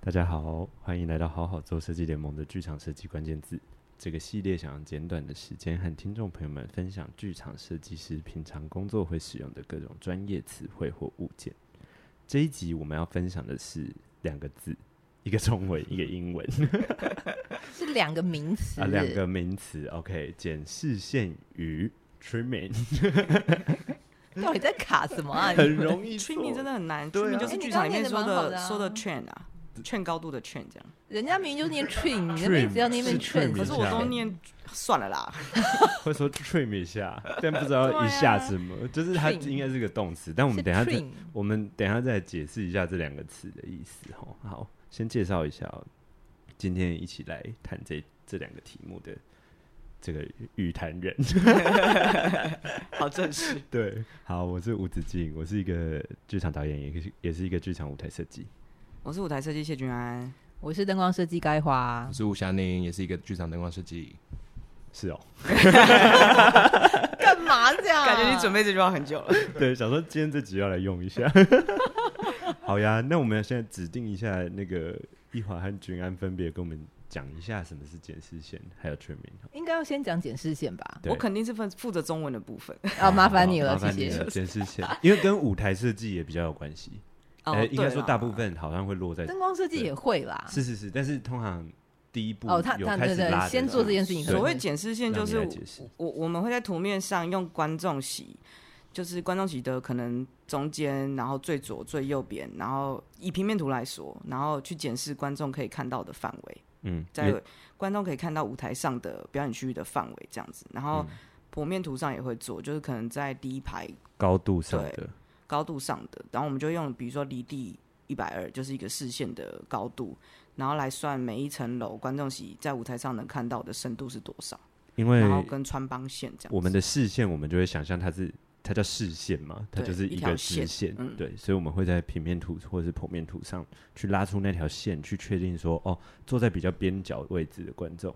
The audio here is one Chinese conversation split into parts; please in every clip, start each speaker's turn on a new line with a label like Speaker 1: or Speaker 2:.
Speaker 1: 大家好，欢迎来到好好做设计联盟的剧场设计关键字。这个系列想用简短的时间和听众朋友们分享剧场设计师平常工作会使用的各种专业词汇或物件。这一集我们要分享的是两个字，一个中文，一个英 文
Speaker 2: 是两个名词
Speaker 1: 啊，两个名词。OK，检视线与 trimming
Speaker 2: 到底在卡什么啊？
Speaker 1: 很容易错
Speaker 3: trimming 真的很难
Speaker 1: 对啊
Speaker 3: ，trimming 就是剧场里面说
Speaker 2: 哎你刚刚念得蛮好的啊
Speaker 3: 说的劝啊，劝高度的劝这样。
Speaker 2: 人家明明就是念 train，你那边一直要念
Speaker 1: Trim，是 trim
Speaker 2: 成 train，
Speaker 1: 可是
Speaker 3: 可是
Speaker 1: 我
Speaker 3: 我
Speaker 1: 都
Speaker 3: 都 念算了啦，
Speaker 1: 会说 trim 一下，但不知
Speaker 3: 啊
Speaker 1: 道一下什么，就是它
Speaker 2: Trim
Speaker 1: 应该是个动词，但我
Speaker 2: 是
Speaker 1: 们等一下再
Speaker 2: train，
Speaker 1: 我们等一下再解释一下这两个词的意思哦。好，先介绍一下哦、今天一起来谈这这两个题目的这个语谈 人。
Speaker 3: 好正式。
Speaker 1: 对，好，我是吴子敬，我是一个剧场导演，也是也是一个剧场舞台设计。
Speaker 3: 我是舞台设计谢君安，
Speaker 2: 我是灯光设计该花
Speaker 4: 我，是吴霞宁，也是一个剧场灯光设计。
Speaker 1: 是哦，
Speaker 2: 干嘛这样啊？
Speaker 3: 感觉你准备这句话很久了。
Speaker 1: 对，想说今天这集要来用一 下。好呀，那我们现在指定一下那个一华和君安分别跟我们讲一下什么是检视线，还有全名。
Speaker 2: 应该要先讲检视线吧？
Speaker 1: 对哎
Speaker 3: 我肯定是负负责中文的部 分。
Speaker 2: 啊，麻烦你
Speaker 1: 哦好
Speaker 2: 了，
Speaker 1: 麻
Speaker 2: 谢
Speaker 1: 烦你
Speaker 2: 谢
Speaker 1: 了，。检视线，因为跟舞台设计也比较有关系。
Speaker 3: 哦
Speaker 1: 哎，应该说大部。
Speaker 3: 对啦
Speaker 1: 分好像会落在
Speaker 2: 灯光设计也会啦。
Speaker 1: 是是是，但是通常第一步
Speaker 2: 啊哦，他
Speaker 1: 有
Speaker 2: 他
Speaker 1: 开
Speaker 2: 对
Speaker 1: 始拉
Speaker 2: 对，
Speaker 1: 的
Speaker 2: 先做这件事情可能
Speaker 3: 所
Speaker 2: 会。
Speaker 3: 谓检视线就
Speaker 1: 让
Speaker 3: 是
Speaker 1: 你来解释
Speaker 3: 我我我们会在图面上用观众席，就是观众席的可能中间，然后最左最右边，然后以平面图来说，然后去检视观众可以看到的范围。
Speaker 1: 嗯，
Speaker 3: 在
Speaker 1: 也
Speaker 3: 观众可以看到舞台上的表演区域的范围这样子，
Speaker 1: 嗯
Speaker 3: 然后剖面图上也会做，就是可能在第一排
Speaker 1: 高度上
Speaker 3: 对
Speaker 1: 的
Speaker 3: 高度上的，然后我们就用比如说离地一百二，就是一个视线的高度，然后来算每一层楼观众席在舞台上能看到的深度是多少，
Speaker 1: 因为
Speaker 3: 然后跟穿帮线这样子。
Speaker 1: 我们的视线，我们就会想象它是它叫视线嘛，它
Speaker 3: 对
Speaker 1: 就是个
Speaker 3: 一条
Speaker 1: 直
Speaker 3: 线
Speaker 1: 线，
Speaker 3: 嗯
Speaker 1: 对，所以我们会在平面图或者是剖面图上去拉出那条线，去确定说，哦，坐在比较边角位置的观众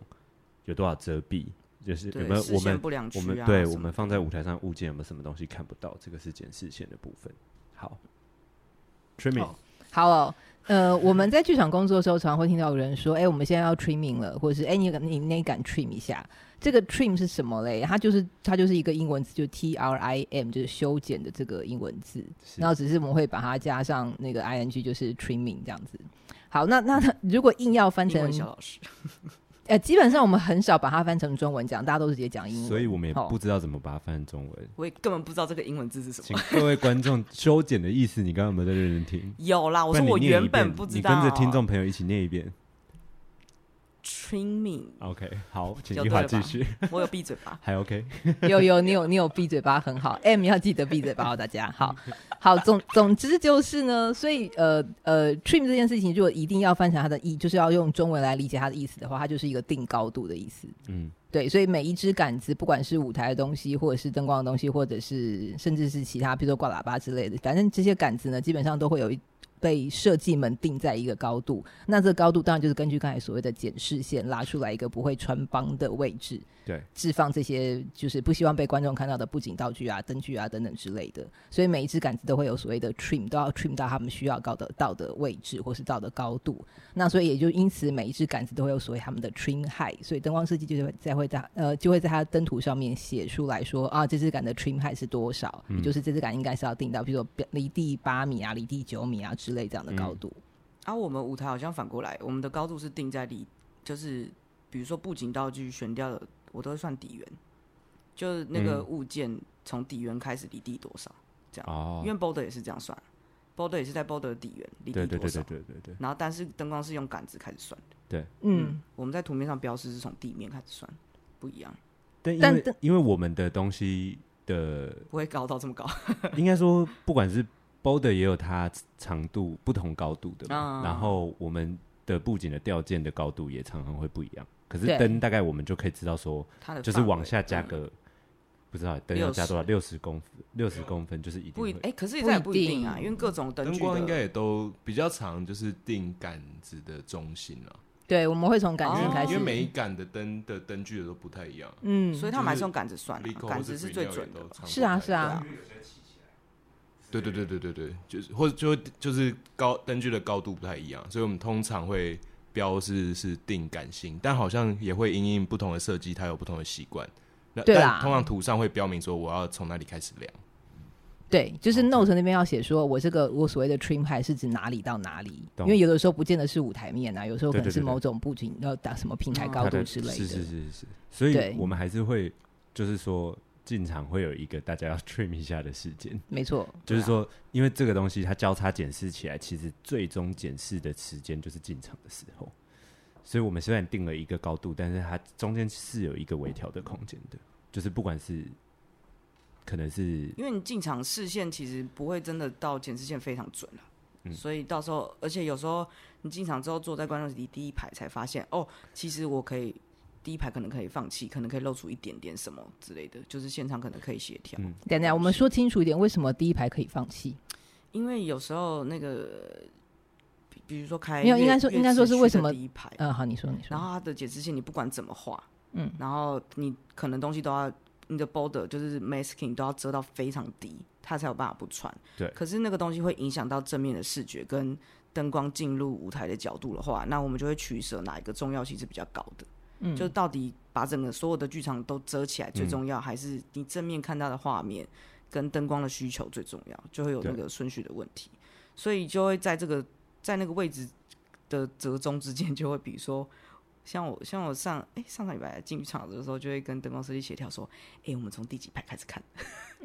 Speaker 1: 有多少遮蔽，就是有
Speaker 3: 对
Speaker 1: 没有
Speaker 3: 视
Speaker 1: 我
Speaker 3: 线
Speaker 1: 们
Speaker 3: 不良区
Speaker 1: 我
Speaker 3: 啊？
Speaker 1: 们对
Speaker 3: 什么
Speaker 1: 我们放在舞台上物件有没有什么东西看不到，这个是检视线的部分。好 t r i m m i n
Speaker 2: 好好、哦，呃，我们在剧场工作的时候，常常会听到有人说：“哎、我们现在要 trimming 了，或者是哎、你你你敢 trim 一下？”这个 trim 是什么嘞？它就是它就是一个英文字，就 T R I M，就是修剪的这个英文字。
Speaker 1: 是
Speaker 2: 然后只是我们会把它加上那个 ing，就是 trimming 这样子。好，那那它如果硬要翻
Speaker 3: 英
Speaker 2: 成
Speaker 3: 文，小老 师，
Speaker 2: 呃，基本上我们很少把它翻成中文讲，大家都直接讲英文。
Speaker 1: 所以我们也
Speaker 2: 好
Speaker 1: 不知道怎么把它翻成中文。
Speaker 3: 我也根本不知道这个英文字是什
Speaker 1: 请
Speaker 3: 么。
Speaker 1: 各位观众，修剪的意思，你刚刚有没有在认真听？
Speaker 3: 有啦， 我
Speaker 1: 不然
Speaker 3: 说
Speaker 1: 你
Speaker 3: 我
Speaker 1: 念一
Speaker 3: 原本
Speaker 1: 遍
Speaker 3: 不知
Speaker 1: 你
Speaker 3: 道。啊
Speaker 1: 跟着听众朋友一起念一遍。
Speaker 3: trimming，
Speaker 1: OK，好，请
Speaker 3: 就
Speaker 1: 一
Speaker 3: 对
Speaker 1: 华
Speaker 3: 了
Speaker 1: 继
Speaker 3: 吧
Speaker 1: 续，
Speaker 3: 我有闭嘴吧？
Speaker 1: 还 OK。
Speaker 2: 有有，你有你有闭嘴巴很好，M 要记得闭嘴巴哦，大家好，好总总之就是呢，所以呃呃，trim 这件事情，如果一定要翻成它的意，就是要用中文来理解它的意思的话，它就是一个定高度的意思。
Speaker 1: 嗯，
Speaker 2: 对，所以每一支杆子，不管是舞台的东西，或者是灯光的东西，或者是甚至是其他，比如说挂喇叭之类的，反正这些杆子呢，基本上都会有一被设计们定在一个高度。那这个高度当然就是根据刚才所谓的检视线拉出来一个不会穿帮的位置，
Speaker 1: 对，
Speaker 2: 置放这些就是不希望被观众看到的布景道具啊、灯具啊等等之类的。所以每一支杆子都会有所谓的 trim，都要 trim 到他们需要高的到的位置或是到的高度。那所以也就因此，每一只杆子都会有所谓他们的 trim height，所以灯光设计就会在会在呃就会在它的灯图上面写出来说啊，这只杆的 trim height 是多少，
Speaker 1: 嗯
Speaker 2: 也就是这只杆应该是要定到，比如说离地八米啊、离地九米啊之类这样的高度。
Speaker 3: 啊，我们舞台好像反过来，我们的高度是定在离，就是比如说布景道具悬吊的，我都会算底缘，就是那个
Speaker 1: 嗯
Speaker 3: 物件从底缘开始离地多少，
Speaker 1: 哦
Speaker 3: 因为 boulder 也是这样算，boulder 也是在 boulder 的底缘离
Speaker 1: 对
Speaker 3: 地
Speaker 1: 对
Speaker 3: 多
Speaker 1: 对
Speaker 3: 少，
Speaker 1: 对对对对，
Speaker 3: 然后但是灯光是用杆子开始算的，
Speaker 2: 嗯，
Speaker 3: 我们在图面上标示是从地面开始算，不一样，
Speaker 1: 但因
Speaker 2: 但
Speaker 1: 为
Speaker 2: 但
Speaker 1: 因为我们的东西的，
Speaker 3: 不会高到这么高，
Speaker 1: 应该说不管是 border 也有它长度不同高度的嘛，
Speaker 3: 啊
Speaker 1: 然后我们的布景的吊件的高度也常常会不一样。可是
Speaker 2: 对
Speaker 1: 灯大概我们就可以知道说，
Speaker 3: 它的
Speaker 1: 就是
Speaker 3: 范围
Speaker 1: 往下加
Speaker 3: 嗯
Speaker 1: 个，不知道灯要加多少，六十公分，六十公分就是一定
Speaker 3: 不一
Speaker 1: 会。
Speaker 3: 哎、可是
Speaker 2: 不
Speaker 3: 这
Speaker 2: 一
Speaker 3: 也不一定啊，
Speaker 2: 定
Speaker 3: 因为各种灯
Speaker 4: 灯
Speaker 3: 具
Speaker 4: 光应该
Speaker 3: 的
Speaker 4: 也都比较长，就是定杆子的中心了、
Speaker 2: 对，我们会从杆
Speaker 3: 哦
Speaker 2: 子
Speaker 4: 因为
Speaker 2: 开
Speaker 4: 因
Speaker 2: 始
Speaker 4: 为，每一杆的灯的灯具的都不太一样，
Speaker 2: 嗯，
Speaker 3: 所以他们还是用杆子算、
Speaker 4: 立
Speaker 3: 啊，
Speaker 4: 扣
Speaker 3: 杆
Speaker 4: 或
Speaker 3: 子
Speaker 2: 啊
Speaker 3: 是
Speaker 4: 是 Brunel
Speaker 3: 最
Speaker 4: 也
Speaker 3: 准的
Speaker 4: 都
Speaker 3: 吧。
Speaker 4: 差不多
Speaker 2: 是啊
Speaker 4: 太
Speaker 2: 是
Speaker 4: 一样
Speaker 2: 啊，
Speaker 4: 对对对对对对，就是或者就就是高灯具的高度不太一样，所以我们通常会标示是定感性，但好像也会因应不同的设计，它有不同的习惯。那
Speaker 2: 对啦
Speaker 4: 但通常图上会标明说我要从哪里开始量。
Speaker 2: 对，就是
Speaker 1: 哦
Speaker 4: 好
Speaker 2: Note 那边要写说，我这个我所谓的 trim high 是指哪里到哪里，因
Speaker 1: 懂
Speaker 2: 为有的时候不见得是舞台面啊，有时候可能
Speaker 1: 对对哦
Speaker 2: 是
Speaker 1: 对对
Speaker 2: 某种布景要打什么平台
Speaker 3: 嗯
Speaker 2: 高
Speaker 1: 它
Speaker 2: 度
Speaker 1: 的
Speaker 2: 之类的。
Speaker 1: 是是是是，所以
Speaker 2: 对
Speaker 1: 我们还是会就是说进场会有一个大家要 trim 一下的时间，
Speaker 2: 没错，
Speaker 1: 就是
Speaker 2: 对啊
Speaker 1: 说因为这个东西它交叉检视起来，其实最终检视的时间就是进场的时候。所以我们虽然定了一个高度，但是它中间是有一个微调的空间的，就是不管是可能是
Speaker 3: 因为你进场视线其实不会真的到检视线非常准啊，所以到时候，而且有时候你进场之后坐在观众席第一排才发现，哦，其实我可以第一排可能可以放弃，可能可以露出一点点什么之类的，就是现场可能可以协调。
Speaker 1: 嗯
Speaker 2: 等一下我们说清楚一点，为什么第一排可以放弃？
Speaker 3: 因为有时候那个，比比如说开
Speaker 2: 没有
Speaker 3: 乐
Speaker 2: 应该说
Speaker 3: 乐
Speaker 2: 应该说是
Speaker 3: 池区
Speaker 2: 为什
Speaker 3: 的
Speaker 2: 么
Speaker 3: 第一排，
Speaker 2: 嗯，好，你说你说
Speaker 3: 然，后它的解释线你不管怎么画，
Speaker 2: 嗯，
Speaker 3: 然后你可能东西都要你的 border 就是 masking 都要遮到非常低，它才有办法不穿。
Speaker 1: 对
Speaker 3: 可是那个东西会影响到正面的视觉跟灯光进入舞台的角度的话，那我们就会取舍哪一个重要性是比较高的。
Speaker 2: 嗯
Speaker 3: 就到底把整个所有的剧场都遮起来最重要，还是你正面看到的画面跟灯光的需求最重要？就会有那
Speaker 1: 对
Speaker 3: 个顺序的问题，所以就会在这个在那个位置的折中之间，就会比如说。像我像我上哎、上个礼拜进剧场的时候，就会跟灯光设计协调说，哎、我们从第几排开始看？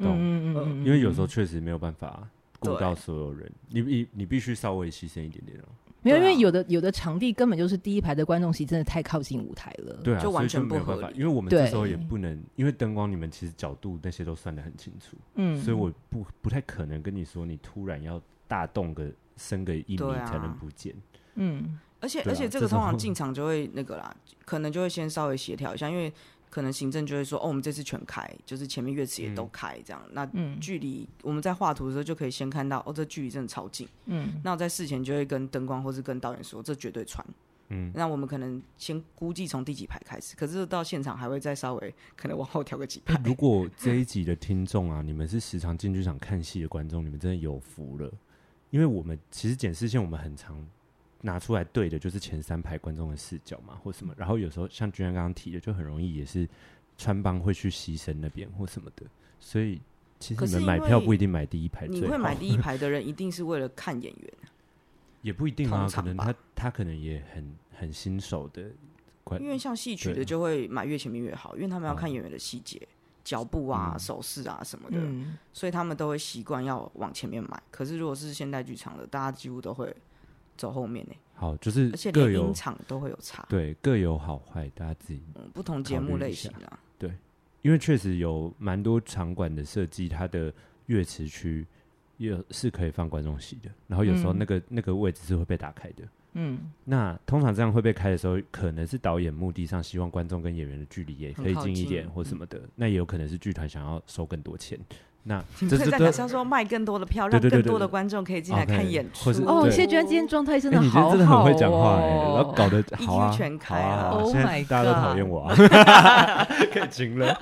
Speaker 1: 懂
Speaker 2: 嗯嗯嗯
Speaker 1: 因为有时候确实没有办法顾
Speaker 3: 对
Speaker 1: 到所有人，你你你必须稍微牺牲一点点哦。
Speaker 2: 没有，因
Speaker 3: 对啊
Speaker 2: 为有的有的场地根本就是第一排的观众席真的太靠近舞台了。
Speaker 1: 对啊，所
Speaker 3: 就
Speaker 1: 以
Speaker 3: 完全
Speaker 1: 没有
Speaker 3: 不合
Speaker 1: 办法，
Speaker 3: 理
Speaker 1: 因为我们这
Speaker 2: 对
Speaker 1: 时候也不能，因为灯光你们其实角度那些都算得很清楚，
Speaker 2: 嗯，
Speaker 1: 所以我不不太可能跟你说你突然要大动个升个一米
Speaker 3: 对啊
Speaker 1: 才能不见，
Speaker 2: 嗯
Speaker 3: 而且、
Speaker 1: 对啊
Speaker 3: 而且这个
Speaker 1: 这种
Speaker 3: 通 常进场就会那个啦，可能就会先稍微协调一下，因为可能行政就会说，哦，我们这次全开，就是前面乐池也都开这样。那
Speaker 2: 嗯
Speaker 3: 距离我们在画图的时候就可以先看到，哦，这距离真的超近。
Speaker 2: 嗯
Speaker 3: 那我在事前就会跟灯光或是跟导演说，这绝对穿。
Speaker 1: 嗯，
Speaker 3: 那我们可能先估计从第几排开始，可是到现场还会再稍微可能往后调个几排。
Speaker 1: 哎如果这一集的听众啊，你们是时常进剧场看戏的观众，你们真的有福了，因为我们其实检视线我们很常拿出来对的就是前三排观众的视角嘛，或什么，然后有时候像君安刚刚提的，就很容易也是穿帮会去牺牲那边或什么的，所以其实
Speaker 3: 可
Speaker 1: 你
Speaker 3: 是
Speaker 1: 们
Speaker 3: 因
Speaker 1: 买票
Speaker 3: 为
Speaker 1: 不一定买第一排最
Speaker 3: 你
Speaker 1: 好，
Speaker 3: 会买第一排的人，一定是为了看演员，
Speaker 1: 也不一定啊
Speaker 3: 通，
Speaker 1: 可
Speaker 3: 常
Speaker 1: 能
Speaker 3: 吧
Speaker 1: 他他可能也很很新手的观，
Speaker 3: 因为像戏曲
Speaker 1: 对哦
Speaker 3: 的就会买越前面越好，因为他们要看演员的细节、脚步啊、
Speaker 1: 嗯
Speaker 3: 手势啊什么的。
Speaker 2: 嗯，
Speaker 3: 所以他们都会习惯要往前面买。可是如果是现代剧场的，大家几乎都会走后面呢、欸
Speaker 1: 好就是
Speaker 3: 而且
Speaker 1: 各
Speaker 3: 连
Speaker 1: 有
Speaker 3: 音场都会有差，
Speaker 1: 对各有好坏，大家自己
Speaker 3: 嗯，不同节目类型
Speaker 1: 考
Speaker 3: 啊，
Speaker 1: 因为确实有蛮多场馆的设计，它的乐池区也有是可以放观众席的，然后有时候
Speaker 2: 嗯
Speaker 1: 那个、那个位置是会被打开的。
Speaker 2: 嗯，
Speaker 1: 那通常这样会被开的时候，可能是导演目的上希望观众跟演员的距离也可以
Speaker 3: 很靠
Speaker 1: 近一点
Speaker 3: 近
Speaker 1: 或什么的，那也有可能是剧团想要收更多钱。那
Speaker 3: 你
Speaker 1: 这
Speaker 3: 们
Speaker 1: 这
Speaker 3: 在
Speaker 1: 这
Speaker 3: 台上说卖更多的票，
Speaker 1: 对
Speaker 3: 让
Speaker 1: 对对
Speaker 3: 更
Speaker 1: 对
Speaker 3: 多的
Speaker 1: 对
Speaker 3: 观众可以进来
Speaker 1: OK，
Speaker 3: 看演
Speaker 1: 或
Speaker 3: 出
Speaker 1: 是。
Speaker 2: 哦，
Speaker 1: 对
Speaker 2: 谢娟今天状态真的
Speaker 1: 哎你今
Speaker 2: 好
Speaker 1: 天真的很
Speaker 2: 好、哦哦
Speaker 1: 会讲话哎、然后搞得
Speaker 3: EQ
Speaker 1: 好啊，
Speaker 3: 全开
Speaker 1: 好啊，
Speaker 3: 了
Speaker 1: 好啊
Speaker 2: Oh
Speaker 1: 现
Speaker 2: my
Speaker 1: 在
Speaker 2: god
Speaker 1: 大家都讨厌我、啊， 可以停了。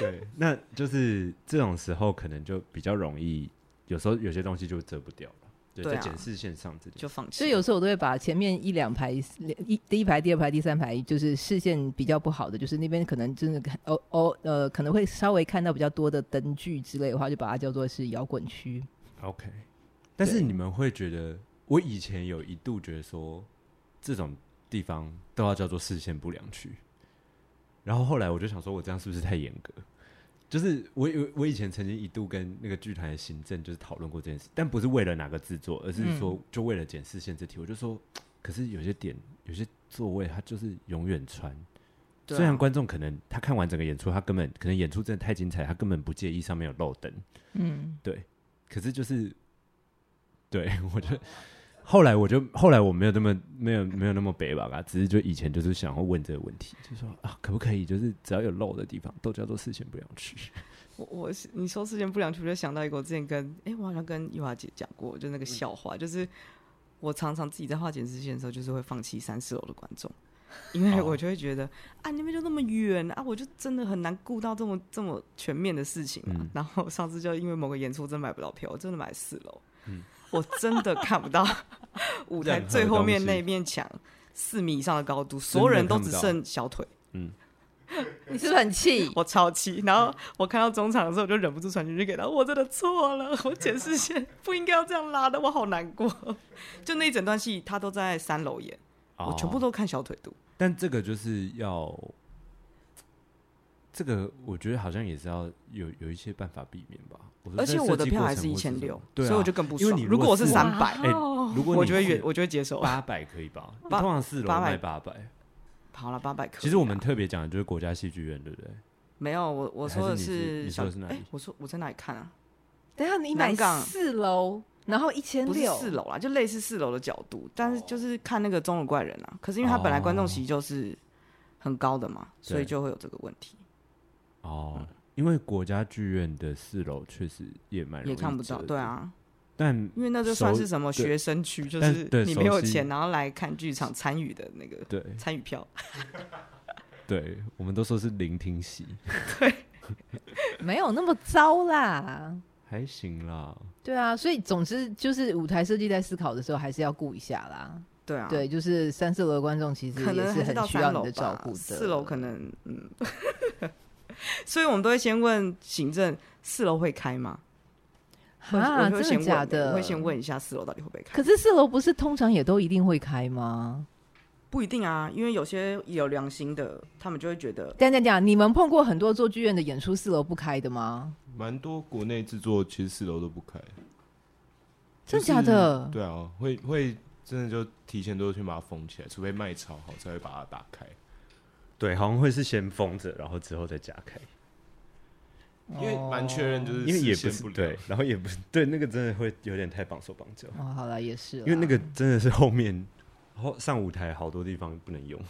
Speaker 1: 对，那就是这种时候可能就比较容易，有时候有些东西就遮不掉了，就
Speaker 3: 对
Speaker 1: 在
Speaker 3: 啊
Speaker 1: 检视线上这
Speaker 3: 就
Speaker 1: 里。
Speaker 3: 放弃，
Speaker 2: 所以有时候我都会把前面一两排、一第一排、第二排、第三排，就是视线比较不好的，就是那边可能真的看哦哦呃，可能会稍微看到比较多的灯具之类的话，就把它叫做是摇滚区。
Speaker 1: OK，但是你们会觉得，我以前有一度觉得说，这种地方都要叫做视线不良区，然后后来我就想说，我这样是不是太严格？就是我有我以前曾经一度跟那个剧团的行政就是讨论过这件事，但不是为了哪个制作，而是
Speaker 3: 嗯
Speaker 1: 说就为了检视线这题，我就说，可是有些点有些座位它就是永远穿。
Speaker 3: 对啊
Speaker 1: 虽然观众可能他看完整个演出，他根本可能演出真的太精彩，他根本不介意上面有漏灯，
Speaker 2: 嗯，
Speaker 1: 可是就是，对 我
Speaker 3: 哦
Speaker 1: 就后来我就后来我没有那么没有没有那么北吧，啊只是就以前就是想要问这个问题，就说啊，可不可以就是只要有漏的地方都叫做视线不良区？
Speaker 3: 我我是你说事前不良区，我就想到一个我之前跟哎、我好像跟玉华姐讲过，就那
Speaker 4: 嗯
Speaker 3: 个笑话，就是我常常自己在画剪视线的时候，就是会放弃三四楼的观众，因为
Speaker 4: 哦
Speaker 3: 我就会觉得、啊，那边就那么远啊，我就真的很难顾到这么这么全面的事情嘛。
Speaker 1: 嗯
Speaker 3: 然后上次就因为某个演出真买不到票，我真的买四楼，我真的看不到舞台
Speaker 4: 嗯任何
Speaker 3: 最后面
Speaker 4: 东西
Speaker 3: 那面墙四米以上的高度，所有人都只
Speaker 4: 看不到
Speaker 3: 剩小腿，
Speaker 2: 你是不是很气？
Speaker 3: 我超气。然后我看到中场的时候，我就忍不住传讯息给他，我真的错了，我检视线不应该要这样拉的，我好难过。 就那一整段戏，他都在三楼演，我全部
Speaker 1: 哦
Speaker 3: 都看小腿肚。
Speaker 1: 但这个就是要，这个我觉得好像也是要有有一些办法避免吧。说
Speaker 3: 而
Speaker 1: 在
Speaker 3: 且我
Speaker 1: 设
Speaker 3: 的
Speaker 1: 计
Speaker 3: 票
Speaker 1: 过
Speaker 3: 还
Speaker 1: 程
Speaker 3: 是一
Speaker 1: 或
Speaker 3: 千
Speaker 1: 什
Speaker 3: 六
Speaker 1: 么，对啊，
Speaker 3: 所以我就更不
Speaker 1: 因为
Speaker 3: 爽。
Speaker 1: 你
Speaker 3: 如
Speaker 1: 如
Speaker 3: 果
Speaker 1: 果
Speaker 3: 我是
Speaker 1: 是
Speaker 3: 三百，
Speaker 1: 哎、如果
Speaker 3: 我
Speaker 1: 你
Speaker 3: 就会
Speaker 1: 是
Speaker 3: 原我就会接受。
Speaker 1: 八百可以吧？
Speaker 3: 八
Speaker 1: 通常四楼
Speaker 3: 八百啊
Speaker 1: 卖八百。
Speaker 3: 好了，八百可以啦。啊
Speaker 1: 其实我们特别讲的就是国家戏剧院，对不对？
Speaker 3: 没有我我
Speaker 1: 还
Speaker 3: 说的
Speaker 1: 是你是你
Speaker 3: 小
Speaker 1: 说的是哪
Speaker 3: 哎
Speaker 1: 里
Speaker 3: 我说我在哪里看啊？
Speaker 2: 等一下你买
Speaker 3: 南港
Speaker 2: 四楼，然后一千
Speaker 3: 不是
Speaker 2: 六，
Speaker 3: 四楼啦，就类似四楼的角度，但是
Speaker 1: 哦
Speaker 3: 就是看那个钟乳怪人啊。可是因为他本来观众席就是很高的嘛，所以
Speaker 1: 对
Speaker 3: 就会有这个问题，
Speaker 1: 哦，因为国家剧院的四楼确实也蛮容
Speaker 3: 也
Speaker 1: 易
Speaker 3: 看不到。
Speaker 1: 折
Speaker 3: 对
Speaker 1: 的，
Speaker 3: 啊，
Speaker 1: 但
Speaker 3: 因为那就算
Speaker 1: 熟
Speaker 3: 是什么
Speaker 1: 对
Speaker 3: 学生区，就
Speaker 1: 但
Speaker 3: 是
Speaker 1: 对
Speaker 3: 你
Speaker 1: 熟
Speaker 3: 没有
Speaker 1: 悉
Speaker 3: 钱，然后来看剧场参与的那个
Speaker 1: 对
Speaker 3: 参与票。
Speaker 1: 对，我们都说是聆听席，
Speaker 2: 没有那么糟啦。
Speaker 1: 还行啦。
Speaker 2: 对啊，所以总之就是舞台设计在思考的时候，还是要顾一下啦。
Speaker 3: 对啊，
Speaker 2: 对，就是三四楼的观众其实
Speaker 3: 可
Speaker 2: 也
Speaker 3: 能还
Speaker 2: 很
Speaker 3: 到
Speaker 2: 需要
Speaker 3: 三楼
Speaker 2: 你的
Speaker 3: 吧，
Speaker 2: 照顾的。
Speaker 3: 四楼可能嗯， 所以我们都会先问行政，四楼会开吗？会
Speaker 2: 啊，
Speaker 3: 我
Speaker 2: 真
Speaker 3: 会
Speaker 2: 的
Speaker 3: 先
Speaker 2: 假
Speaker 3: 问的，
Speaker 2: 的？
Speaker 3: 我会先。问一下四楼到底会不会开。
Speaker 2: 可是四楼不是通常也都一定会开吗？
Speaker 3: 不一定啊，因为有些有良心的，他们就会觉得
Speaker 2: 等一下等一下，你们碰过很多做剧院的演出四楼不开的吗？
Speaker 4: 蛮多国内制作其实四楼都不开，
Speaker 2: 真
Speaker 4: 就
Speaker 2: 的
Speaker 4: 是
Speaker 2: 假的？
Speaker 4: 对啊，会会真的就提前都去把它封起来，除非卖超好才会把它打开。
Speaker 1: 对，好像会是先封着，然后之后再加开，
Speaker 4: 因为蛮确认就是
Speaker 1: 哦因为也
Speaker 4: 视
Speaker 1: 不
Speaker 4: 线
Speaker 1: 是
Speaker 4: 不了
Speaker 1: 对，然后也不是对，那个真的会有点太绑手绑脚。
Speaker 2: 哦，好了，也是啦，
Speaker 1: 因为那个真的是后面后上舞台好多地方不能用。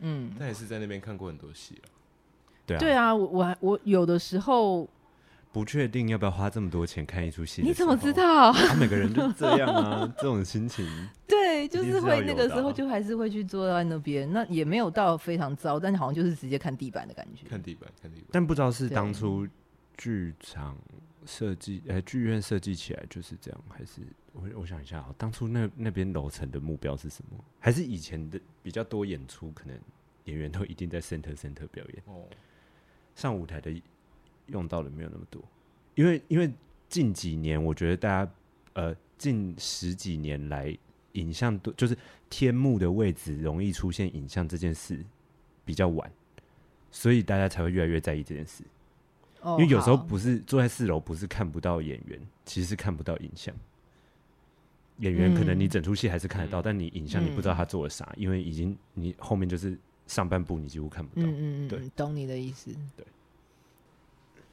Speaker 2: 嗯，
Speaker 4: 但也是在那边看过很多戏啊。
Speaker 1: 对啊，
Speaker 2: 对啊，我我还我有的时候
Speaker 1: 不确定要不要花这么多钱看一出戏。
Speaker 2: 你怎么知？道？
Speaker 1: 他、啊每个人就这样啊，这种心情。
Speaker 2: 对，就
Speaker 1: 定
Speaker 2: 是
Speaker 1: 是要
Speaker 2: 会
Speaker 1: 有
Speaker 2: 那个
Speaker 1: 的
Speaker 2: 时候
Speaker 1: 啊
Speaker 2: 就还是会去坐在那边，那也没有到非常糟，但好像就是直接看地板的感觉。
Speaker 4: 看地板，看地板。
Speaker 1: 但不知道是
Speaker 2: 对
Speaker 1: 当初剧场设计，呃，剧院设计起来就是这样，还是我我想一下哦，当初那那边楼层的目标是什么？还是以前的比较多演出，可能演员都一定在 center center 表演，
Speaker 4: 哦，
Speaker 1: 上舞台的用到的没有那么多，因为因为近几年我觉得大家呃近十几年来影像都就是天幕的位置容易出现影像这件事比较晚，所以大家才会越来越在意这件事。
Speaker 2: 哦
Speaker 1: 因为有时候
Speaker 2: 好
Speaker 1: 不是坐在四楼，不是看不到演员，其实是看不到影像。演员可能你
Speaker 2: 嗯
Speaker 1: 整出戏还是看得到，但你影像你不知道他做了啥，因为已经你后面就是上半部你几乎看不到。
Speaker 2: 嗯嗯
Speaker 1: 对
Speaker 2: 嗯，懂你的意思。
Speaker 1: 对。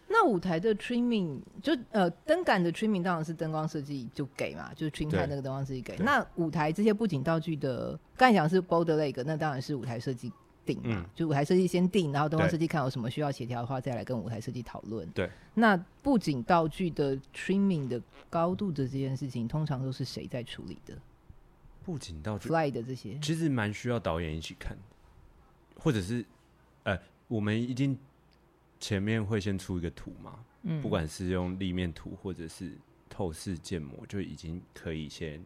Speaker 2: 那舞台的 trimming 就呃灯杆的 trimming 当然是灯光设计就给嘛，就是 trim
Speaker 1: 对
Speaker 2: 它那个灯光设计给。
Speaker 1: 对
Speaker 2: 那舞台这些布景道具的，刚才讲是 boulder leg，那当然是舞台设计定嘛，
Speaker 1: 嗯
Speaker 2: 就舞台设计先定，然后灯光
Speaker 1: 对
Speaker 2: 设计看有什么需要协调的话，再来跟舞台设计讨论。
Speaker 1: 对。
Speaker 2: 那布景道具的 trimming 的高度的这件事情，通常都是谁在处理的
Speaker 1: 布景道具
Speaker 2: ？fly 的这些，
Speaker 1: 其实蛮需要导演一起看，或者是呃，我们一定前面会先出一个图嘛，
Speaker 2: 嗯，
Speaker 1: 不管是用立面图或者是透视建模，就已经可以先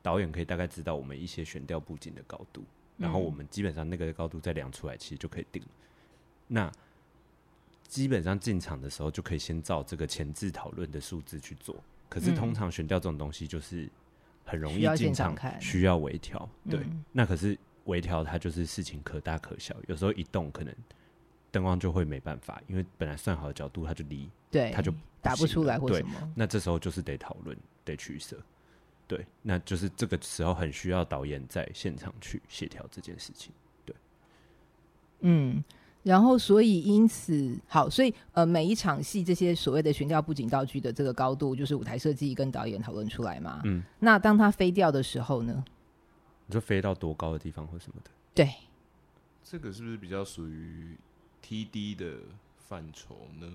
Speaker 1: 导演可以大概知道我们一些选调布景的高度，然后
Speaker 2: 嗯
Speaker 1: 我们基本上那个高度再量出来，其实就可以定了。那基本上进场的时候就可以先照这个前置讨论的数字去做。可是通
Speaker 2: 嗯
Speaker 1: 常选调这种东西就是很容
Speaker 2: 需
Speaker 1: 易
Speaker 2: 要
Speaker 1: 进
Speaker 2: 现场
Speaker 1: 场
Speaker 2: 看
Speaker 1: 需要微调，对。
Speaker 2: 嗯
Speaker 1: 那可是微调它就是事情可大可小，有时候一动可能灯光就会没办法，因为本来算好的角度它就离
Speaker 2: 嗯对，
Speaker 1: 他就
Speaker 2: 打不
Speaker 1: 行
Speaker 2: 出
Speaker 1: 了
Speaker 2: 来或
Speaker 1: 对
Speaker 2: 什么。
Speaker 1: 那这时候就是得讨论，得取舍。对，那就是这个时候很需要导演在现场去协调这件事情。
Speaker 2: 嗯，然后所以因此好，所以呃每一场戏这些所谓的悬吊布景道具的这个高度，就是舞台设计跟导演讨论出来嘛。
Speaker 1: 嗯，
Speaker 2: 那当它飞掉的时候呢？
Speaker 1: 你说飞到多高的地方或什么的，
Speaker 2: 对，
Speaker 4: 这个是不是比较属于 TD 的范畴呢？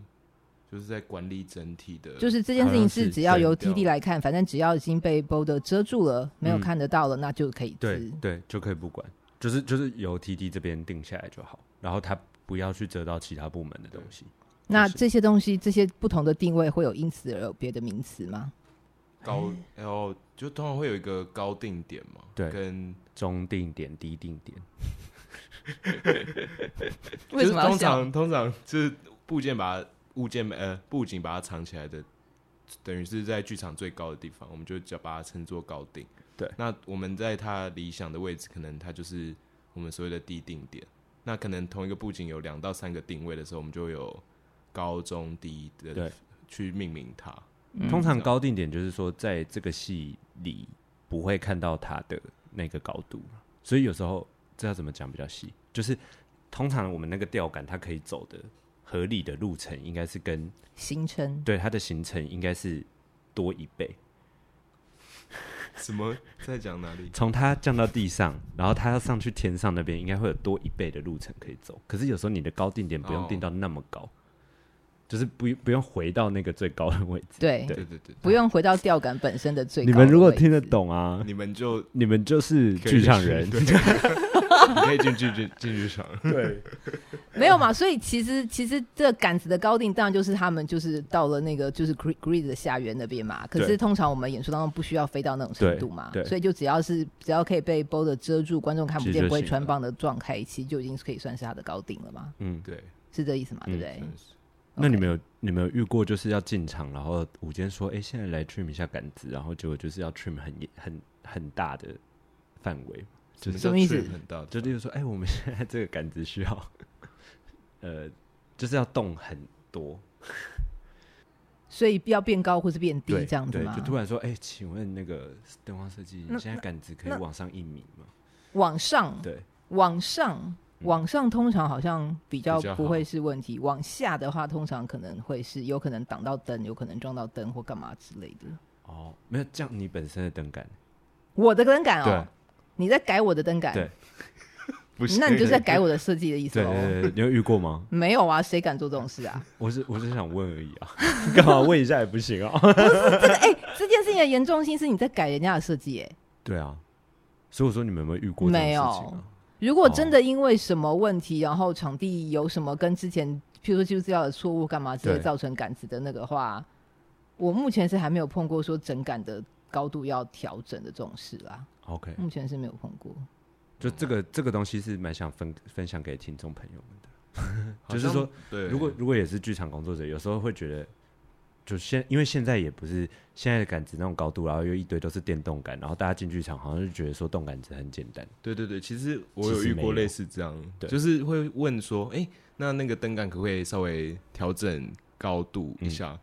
Speaker 4: 就是在管理整体的，
Speaker 2: 就是这件事情是只要由 TD 来看，反正只要已经被 b o d e r 遮住了，没有
Speaker 1: 嗯
Speaker 2: 看得到了，那就可以吃。
Speaker 1: 对，就可以不管，就是就是由 TT 这边定下来就好，然后他不要去折到其他部门的东西。
Speaker 2: 那
Speaker 1: 就是
Speaker 2: 这些东西，这些不同的定位会有因此而有别的名词吗？
Speaker 4: 高，然后就通常会有一个高定点嘛，
Speaker 1: 对
Speaker 4: 跟
Speaker 1: 中定点、低定点，
Speaker 2: 为什么
Speaker 4: 就
Speaker 2: 要
Speaker 4: 是通
Speaker 2: 笑？
Speaker 4: 常通常就是部件把它物件呃布景把它藏起来的，等于是在剧场最高的地方，我们就叫把它称作高定。
Speaker 1: 对，
Speaker 4: 那我们在它理想的位置，可能它就是我们所谓的低定点。那可能同一个布景有两到三个定位的时候，我们就有高中低
Speaker 1: 对
Speaker 4: 的去命名它。
Speaker 1: 通
Speaker 4: 哦
Speaker 1: 常高定点就是说，在这个戏里不会看到它的那个高度，所以有时候这要怎么讲比较细？就是通常我们那个吊杆它可以走的合理的路程，应该是跟
Speaker 2: 行程
Speaker 1: 对它的行程应该是多一倍。
Speaker 4: 什么在讲哪 里？
Speaker 1: 从它降到地上，然后它要上去天上那边，应该会有多一倍的路程可以走。可是有时候你的高定点不
Speaker 4: 哦
Speaker 1: 用定到那么高，就是不不用回到那个最高的位置。
Speaker 2: 对，
Speaker 4: 对对对，
Speaker 2: 不用回到吊杆本身的最高
Speaker 1: 你
Speaker 2: 的
Speaker 1: 们如果
Speaker 2: 位置
Speaker 1: 听得，懂啊，
Speaker 4: 你 们就
Speaker 1: 你们就是剧场人。
Speaker 4: 可以去对 你可以进剧进进剧场。
Speaker 1: 对，
Speaker 2: 没有嘛？所以其实其实这杆子的高定，当然就是他们就是到了那个就是 grid grid 的下缘那边嘛。可是
Speaker 1: 对
Speaker 2: 通常我们演出当中不需要飞到那种程度嘛
Speaker 1: 对，对
Speaker 2: 所以就只要是只要可以被 b o l d 遮住，观众看不
Speaker 1: 其实
Speaker 2: 见
Speaker 1: 就
Speaker 2: 不会
Speaker 1: 行
Speaker 2: 穿
Speaker 1: 了
Speaker 2: 帮的状态，其实就已经可以算是它的高定了嘛，
Speaker 1: 嗯，
Speaker 4: 对，
Speaker 2: 是这意思嘛？对不对？
Speaker 4: 真的是
Speaker 1: 那你们有你们有遇过就是要进场，然后午间说，哎、现在来 trim 一下杆子，然后结果就是要 trim 很很很大的范围，
Speaker 4: 就是
Speaker 2: 什么意思
Speaker 4: 很大的，
Speaker 1: 就例如说，哎、我们现在这个杆子需要，呃，就是要动很多，
Speaker 2: 所以要变高或是变低
Speaker 1: 对，
Speaker 2: 这样子
Speaker 1: 对，
Speaker 2: 吗
Speaker 1: 就？突然说，哎、请问那个灯光设计，
Speaker 2: 那
Speaker 1: 你现在杆子可以
Speaker 2: 那
Speaker 1: 往上一米吗？
Speaker 2: 往上，
Speaker 1: 对，
Speaker 2: 往上，
Speaker 1: 嗯
Speaker 2: 往上通常好像比较
Speaker 4: 比较好
Speaker 2: 不会是问题。往下的话，通常可能会是有可能挡到灯，有可能撞到灯或干嘛之类的。
Speaker 1: 哦，没有，这样你本身的灯杆，
Speaker 2: 我的灯杆
Speaker 1: 对
Speaker 2: 哦，你在改我的灯杆，
Speaker 1: 对
Speaker 4: 不是
Speaker 2: 那你就是在改我的设计的意思
Speaker 1: 对
Speaker 2: 喽。
Speaker 1: 对对，你有遇过吗？
Speaker 2: 没有啊，谁敢做这种事 啊？
Speaker 1: 我是我是想问而已啊， 干嘛问一下也不行啊？
Speaker 2: 这件事情的严重性是你在改人家的设计，哎，
Speaker 1: 对啊，所以我说你们有没有遇过这种
Speaker 2: 没有
Speaker 1: 事情啊？
Speaker 2: 如果真的因为什么问题，然后场地有什么跟之前，譬如说技术资料的错误干嘛，直接
Speaker 1: 对
Speaker 2: 造成杆子的那个话，我目前是还没有碰过说整杆的高度要调整的这种事啦，
Speaker 1: OK，
Speaker 2: 目前是没有碰过。
Speaker 1: 就这个这个东西是蛮想分分享给听众朋友们的，
Speaker 4: 好
Speaker 1: 就
Speaker 4: 像
Speaker 1: 是说，
Speaker 4: 对，
Speaker 1: 如果如果也是剧场工作者，有时候会觉得，就现因为现在也不是现在的杆子那种高度，然后又一堆都是电动杆，然后大家进剧场好像就觉得说动杆子很简单，
Speaker 4: 对对对，其实我
Speaker 1: 其
Speaker 4: 有
Speaker 1: 实
Speaker 4: 遇
Speaker 1: 没有
Speaker 4: 过类似这样，
Speaker 1: 对
Speaker 4: 就是会问说，哎、那那个灯杆可不可以稍微调整高度一下？
Speaker 1: 嗯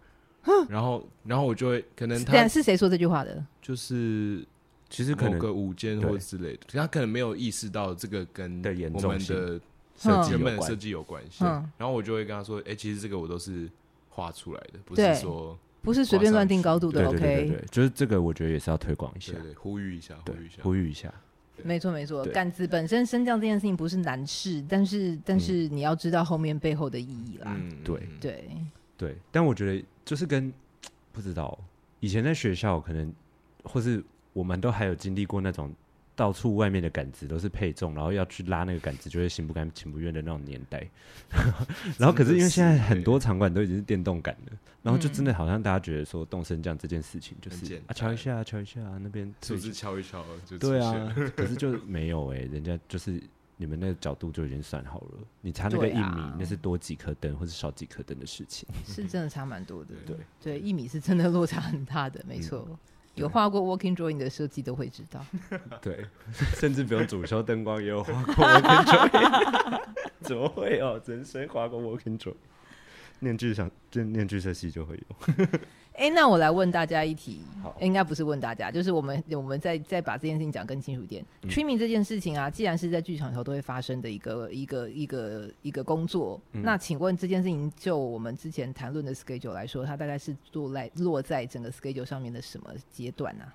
Speaker 4: 然后，然后我就会可能他
Speaker 2: 但是谁说这句话的？
Speaker 4: 就是
Speaker 1: 其实可
Speaker 4: 某
Speaker 1: 能
Speaker 4: 个午间
Speaker 1: 对
Speaker 4: 或之类的，他可能没有意识到这个跟
Speaker 1: 的严
Speaker 4: 我
Speaker 1: 重
Speaker 4: 们
Speaker 1: 性
Speaker 4: 的
Speaker 1: 设计
Speaker 4: 原
Speaker 1: 有
Speaker 4: 本的设
Speaker 1: 关，
Speaker 4: 计有关系。
Speaker 2: 嗯
Speaker 4: 然后我就会跟他说，哎、其实这个我都是画出来的，不
Speaker 2: 对
Speaker 4: 是说
Speaker 2: 不是随便乱定高度
Speaker 1: 对
Speaker 2: 的
Speaker 1: 对对对
Speaker 2: ，OK？
Speaker 1: 对，就是这个我觉得也是要推广一下
Speaker 4: 对，对呼吁一下，呼
Speaker 1: 对
Speaker 4: 吁一下，
Speaker 1: 呼吁一下，
Speaker 2: 没错没错，
Speaker 1: 对
Speaker 2: 杆子本身升降这件事情不是难事，但是但是你要知道后面背后的意义啦。
Speaker 4: 嗯，
Speaker 1: 对
Speaker 4: 嗯，
Speaker 2: 对，
Speaker 1: 对，但我觉得就是跟不知道以前在学校可能，或是我们都还有经历过那种到处外面的杆子都是配重，然后要去拉那个杆子，就会心不甘情不愿的那种年代。 然后可是因为现在很多场馆都已经是电动杆了，然后就真的好像大家觉得说动升降这件事情就
Speaker 4: 很
Speaker 1: 是
Speaker 4: 简
Speaker 1: 啊
Speaker 4: 单
Speaker 1: 敲一下啊敲一下啊那边
Speaker 4: 手
Speaker 1: 最
Speaker 4: 指敲一敲就出
Speaker 1: 对
Speaker 4: 现了
Speaker 1: 啊，可是就没有哎、人家就是。你们那个角度就已经算好了，你差那个
Speaker 2: 对
Speaker 1: 一米，
Speaker 2: 啊
Speaker 1: 那是多几颗灯或是少几颗灯的事情。
Speaker 2: 是真的差蛮多的。
Speaker 4: 对
Speaker 2: 对，一米是真的落差很大的，没错。有画过 walking drawing 的设计都会知道，
Speaker 1: 对， 甚至不用主修灯光也有划过 Walking Joy，怎 么会哦？人生划过 Walking Joy，念剧场念念剧社系就会有。
Speaker 2: 哎、那我来问大家一题，哎
Speaker 1: 好
Speaker 2: 诶应该不是问大家，就是我们我们再再把这件事情讲更清楚一点。trimming
Speaker 1: 嗯
Speaker 2: 这件事情啊，既然是在剧场里头都会发生的一个一个一个一个工作，
Speaker 1: 嗯
Speaker 2: 那请问这件事情就我们之前谈论的 schedule 来说，它大概是落在落在整个 schedule 上面的什么阶段啊呢、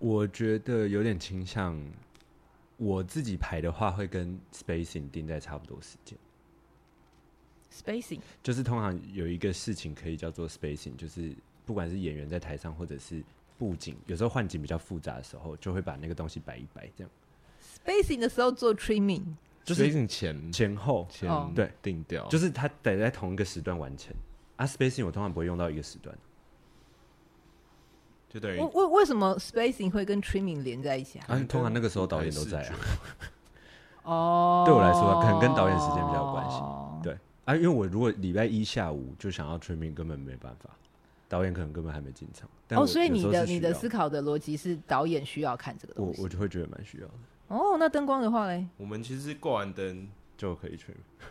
Speaker 1: 我觉得有点倾向，我自己排的话会跟 spacing 定在差不多时间，
Speaker 2: s p a c i n g
Speaker 1: 就是通常有一个事情可以叫做 spacing，就是不管是演员在台上或者是布景，有时候换景比较复杂的时候，就会把那个东西摆一摆这样。
Speaker 2: spacing 的时候做 trimming，
Speaker 1: 就是
Speaker 4: 所以你前
Speaker 1: 前后
Speaker 4: 前
Speaker 2: 哦
Speaker 1: 对
Speaker 4: 定调，
Speaker 1: 就是它得在同一个时段完成。啊，spacing 我通常不会用到一个时段，
Speaker 4: 就
Speaker 1: 哎
Speaker 4: 等于
Speaker 2: 为为为什么 spacing 会跟 trimming 连在一起啊？
Speaker 1: 啊，通常那个时候导演都在啊，
Speaker 2: 哦，
Speaker 1: 对我来说可能跟导演时间比较有关系
Speaker 2: 系。
Speaker 1: 对啊，因为我如果礼拜一下午就想要 trimming，根本没办法，导演可能根本还没进场。但
Speaker 2: 哦，
Speaker 1: 我
Speaker 2: 所以
Speaker 1: 有
Speaker 2: 你
Speaker 1: 时候
Speaker 2: 的
Speaker 1: 是
Speaker 2: 你
Speaker 1: 需
Speaker 2: 的
Speaker 1: 要
Speaker 2: 思考的逻辑是导演需要看这个
Speaker 1: 我
Speaker 2: 东西
Speaker 1: 我。就会觉得蛮需要的，
Speaker 2: 哦，那灯光的话嘞，
Speaker 4: 我们其实是挂完灯，
Speaker 1: 就可以 trimming。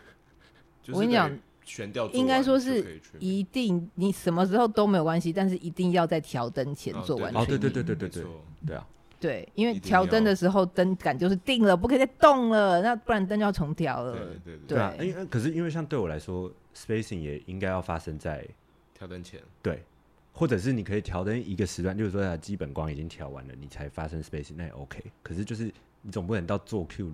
Speaker 4: 就是
Speaker 2: 我跟你讲
Speaker 4: 等于悬吊做完
Speaker 2: 应该说是
Speaker 4: 就可以去
Speaker 2: 一定你什么时候都没有关系，但是一定要在调灯前
Speaker 4: 哦
Speaker 2: 做完 trimming。
Speaker 1: 哦对对对对对
Speaker 4: 没错
Speaker 1: 对啊，
Speaker 2: 对，因为
Speaker 4: 一定
Speaker 2: 调灯
Speaker 4: 要
Speaker 2: 的时候灯杆就是定了，不可以再动了，那不然灯就要重调了。
Speaker 4: 对对
Speaker 2: 呃对
Speaker 4: 对，
Speaker 1: 啊，因为可是因为像对我来说，spacing 也应该要发生在
Speaker 4: 跳灯前
Speaker 1: 对，或者是你可以调灯一个时段，例如说它基本光已经调完了，你才发生 spacing，那也 OK。可是就是你总不能到做 Q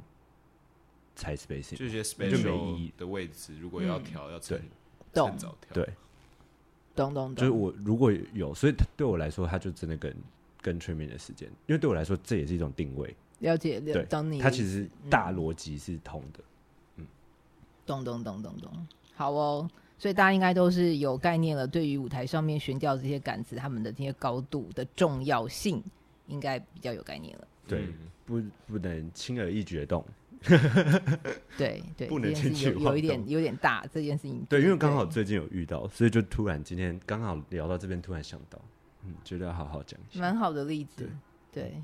Speaker 1: 才 spacing，
Speaker 4: 就一些
Speaker 1: 那就没意义
Speaker 4: special 的位置，如果要调
Speaker 2: 嗯
Speaker 4: 要趁
Speaker 2: 懂
Speaker 4: 趁早调，
Speaker 1: 对，
Speaker 2: 懂懂懂。
Speaker 1: 就是我如果有，所以它对我来说，它就真的跟跟 trimming 的时间，因为对我来说这也是一种定位，
Speaker 2: 了解了
Speaker 1: 对，
Speaker 2: 懂你的
Speaker 1: 它
Speaker 2: 意
Speaker 1: 其
Speaker 2: 思
Speaker 1: 实大逻辑是通的。
Speaker 4: 嗯
Speaker 2: 懂懂懂懂懂，好哦。所以大家应该都是有概念了，对于舞台上面悬吊这些杆子，他们的这些高度的重要性，应该比较有概念了。
Speaker 1: 对
Speaker 4: 嗯
Speaker 1: 不不能轻而易举的动，
Speaker 2: 对对，
Speaker 1: 不
Speaker 2: 这
Speaker 1: 能
Speaker 2: 件事
Speaker 1: 轻举
Speaker 2: 情有有一
Speaker 1: 妄
Speaker 2: 点
Speaker 1: 动
Speaker 2: 有点大，这件事情
Speaker 1: 对，因为刚好最近有遇到，所以就突然今天刚好聊到这边，突然想到，嗯，觉得要好好讲一下。
Speaker 2: 蛮好的例子。对，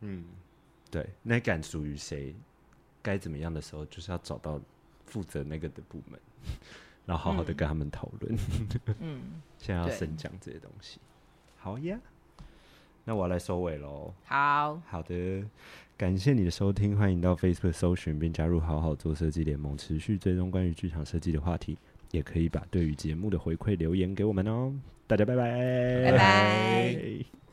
Speaker 4: 嗯，
Speaker 1: 对，那感属于谁，该怎么样的时候，就是要找到负责那个的部门， 然后好好的跟他们讨论，
Speaker 2: 嗯，
Speaker 1: 现在要
Speaker 2: 对
Speaker 1: 深讲这些东西。好呀，那我要来收尾喽。
Speaker 2: 好，
Speaker 1: 好的，感谢你的收听，欢迎到 Facebook 搜寻并加入“好好做设计联盟”，持续追踪关于剧场设计的话题，也可以把对于节目的回馈留言给我们哦。大家拜拜，
Speaker 2: 拜拜